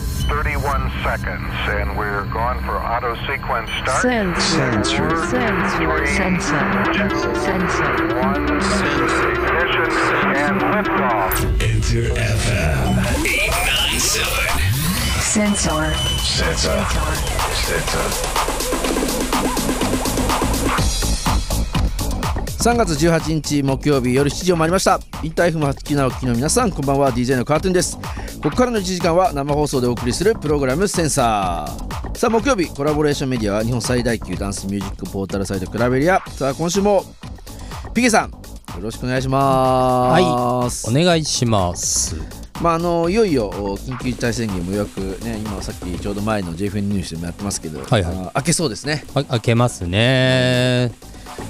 31 seconds, and we're going for auto sequence start. Sensor. Sensor. Sensor. Sensor. Sensor. One, ignition, and liftoff. Enter FM 897. Sensor. Sensor. Sensor. 3月18日木曜日夜7時を回りましたインターフム発機なお聞きの皆さんこんばんは DJ のカートゥーンですここからの1時間は生放送でお送りするプログラムセンサーさあ木曜日コラボレーションメディアは日本最大級ダンスミュージックポータルサイトクラベリアさあ今週もピゲさんよろしくお願いしますお願いします。まああのいよいよお緊急事態宣言もようやくね今さっきちょうど前の JFN ニュースでもやってますけど、はいはいあ開けそうですねあ開けますね。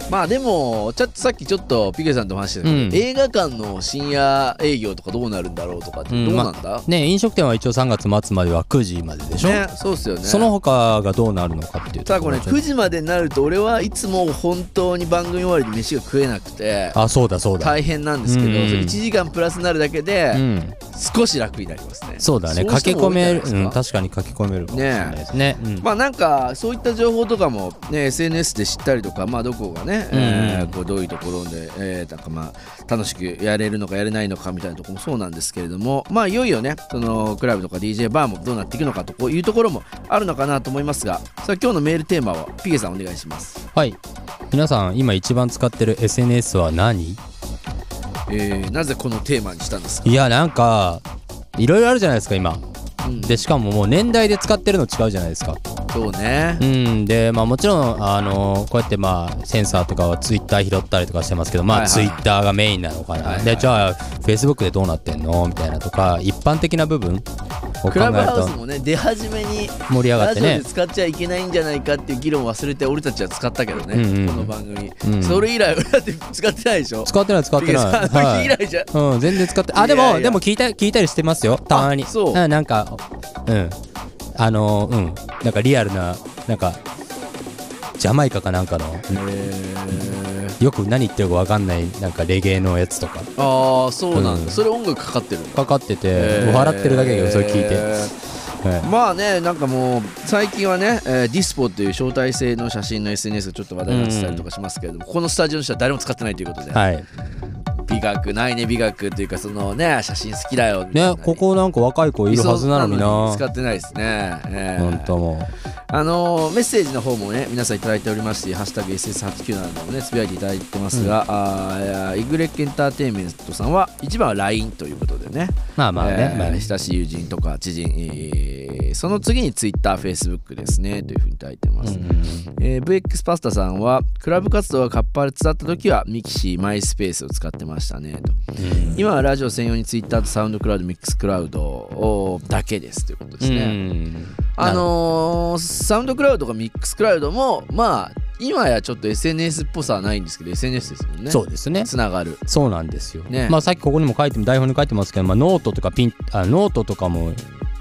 まあでもちょっとさっきちょっとピケさんとも話してたけど、うん映画館の深夜営業とかどうなるんだろうとかってうんどうなんだ、まね飲食店は一応3月末までは9時まででしょ。ねそうっすよねその他がどうなるのかっていたうとだこころれちょっ9と時までになると俺はいつも本当に番組終わりで飯が食えなくてあそうだそうだ。大変なんですけど、うんうんそれ1時間プラスになるだけでうん、少し楽になりますね、そうだねし駆てけも多いん込じゃないめる、ですうん、確かに駆け込めるかもしれないですね。うんまあなんかそういった情報とかも、ね、SNS で知ったりとか、まあ、どこがね、うんうんえーこうどういうところで、えーなんかまあ楽しくやれるのかやれないのかみたいなところもそうなんですけれども、まあ、いよいよねそのクラブとか DJ バーもどうなっていくのかとこういうところもあるのかなと思いますがさあ今日のメールテーマはピゲさんお願いします。はい皆さん今一番使ってる SNS は何えーなぜこのテーマにしたんですか、いやなんかいろいろあるじゃないですか今。うんでしかももう年代で使ってるの違うじゃないですか。そうねう、ん、で、まあ、もちろん、あのこうやって、まあ、センサーとかはツイッター拾ったりとかしてますけど、まはあ、いツはいイッターがメインなのかな、はいはいでじゃあ、フェイスブックでどうなってんのみたいなとか、一般的な部分を考えクるラブハウスともね出始めに盛り上がってラねジオで。使っちゃいけないんじゃないかっていう議論を忘れて俺たちは使ったけどね、うんうんこの番組、うんそれ以来俺だって使ってないでしょ使ってない、使っピてない。ゲさんあの日以来じゃはい、うん、全然使って、いやあ、いやでも、でも聞いた、聞いたりしてますよ、たまに。あそうんなんか、うん、あのうん、なんかリアルな、なんか、ジャマイカかなんかの、よく何言ってるかわかんない、なんかレゲエのやつとか。ああそうなんだ、うんそれ音楽かかってるんだかかっててへー笑ってるだけだけどそれ聞いて、はいまあねなんかもう最近はね、えーディスポという招待制の写真の SNS がちょっと話題になってたりとかしますけれども、ここのスタジオの人は誰も使ってないということで、はい美学ないね美学というかそのね写真好きだよみたいなねここなんか若い子いるはずなのにいそう使なってないですね、えー本当もあのーメッセージの方もね皆さんいただいておりまして「ハッシュタグ #SS897」でもねつぶやいていただいてますが、あーいやイグレックエンターテインメントさんは一番は LINE ということでねうまあまあね、えーまあね親しい友人とか知人、えーその次に TwitterFacebook ですねというふうに書いてます、えー VX パスタさんはクラブ活動が活発だった時はミキシーマイスペースを使ってましたねと、今はラジオ専用に Twitter とサウンドクラウドミックスクラウドをだけですということですね、うんあのーサウンドクラウドとかミックスクラウドもまあ今やちょっと SNS っぽさはないんですけど SNS ですもんねそうですねつながるそうなんですよ、ねまあさっきここにも書いても台本に書いてますけど、まあ、ノートとかピンあノートとかも、ま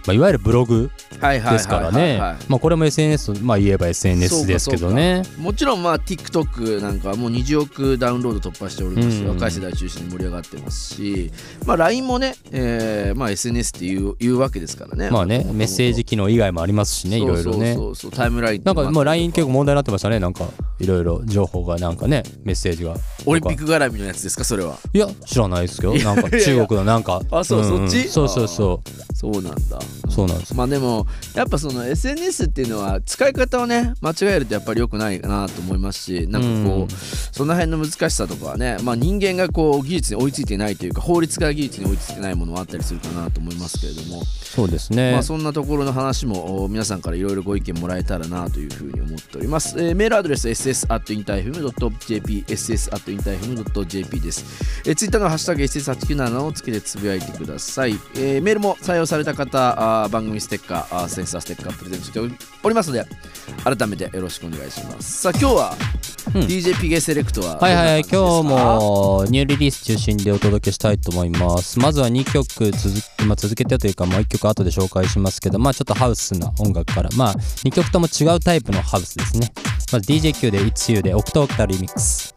あ、いわゆるブログはいですからねまあこれも SNS とまあ言えば SNS ですけどねもちろんまあ TikTok なんかはもう20億ダウンロード突破しておりますし、うん若い世代中心に盛り上がってますし、まあ、LINE もね、えーまあ、SNS っていういうわけですからねまあねメッセージ機能以外もありますしねいろいろねそうそうそうタイムラインなんかもう LINE 結構構問題になってましたねなんかいろいろ情報がなんかねメッセージがオリンピック絡みのやつですかそれはいや知らないですけどなんかいやいや中国のなんかあそうんんそっちそうそうそそうなんだうそうなんですまあでもやっぱその SNS っていうのは使い方をね間違えるとやっぱり良くないかなと思いますしなんかこう、うんその辺の難しさとかはね、まあ、人間がこう技術に追いついてないというか法律が技術に追いついてないものはあったりするかなと思いますけれども、そうですね、まあ、そんなところの話もお皆さんからいろいろご意見もらえたらなというふうに思っております、えーメールアドレス ss.intafm.jp ss.intafm.jp です、えー、ツイッターのハッシュタグ ss897 をつけてつぶやいてください、えーメールも採用された方あー番組ステッカーあーセンサーステッカープレゼントしておりますので改めてよろしくお願いしますさあ今日は、うん DJ ピゲセレクトははいはいはいどんな感じですか今日もニューリリース中心でお届けしたいと思いますまずは2曲続,、まあ、続けてというかもう1曲後で紹介しますけどまあちょっとハウスな音楽からまあ2曲とも違うタイプのハウスですねまず DJQ で It's You でオクタオクタリミックス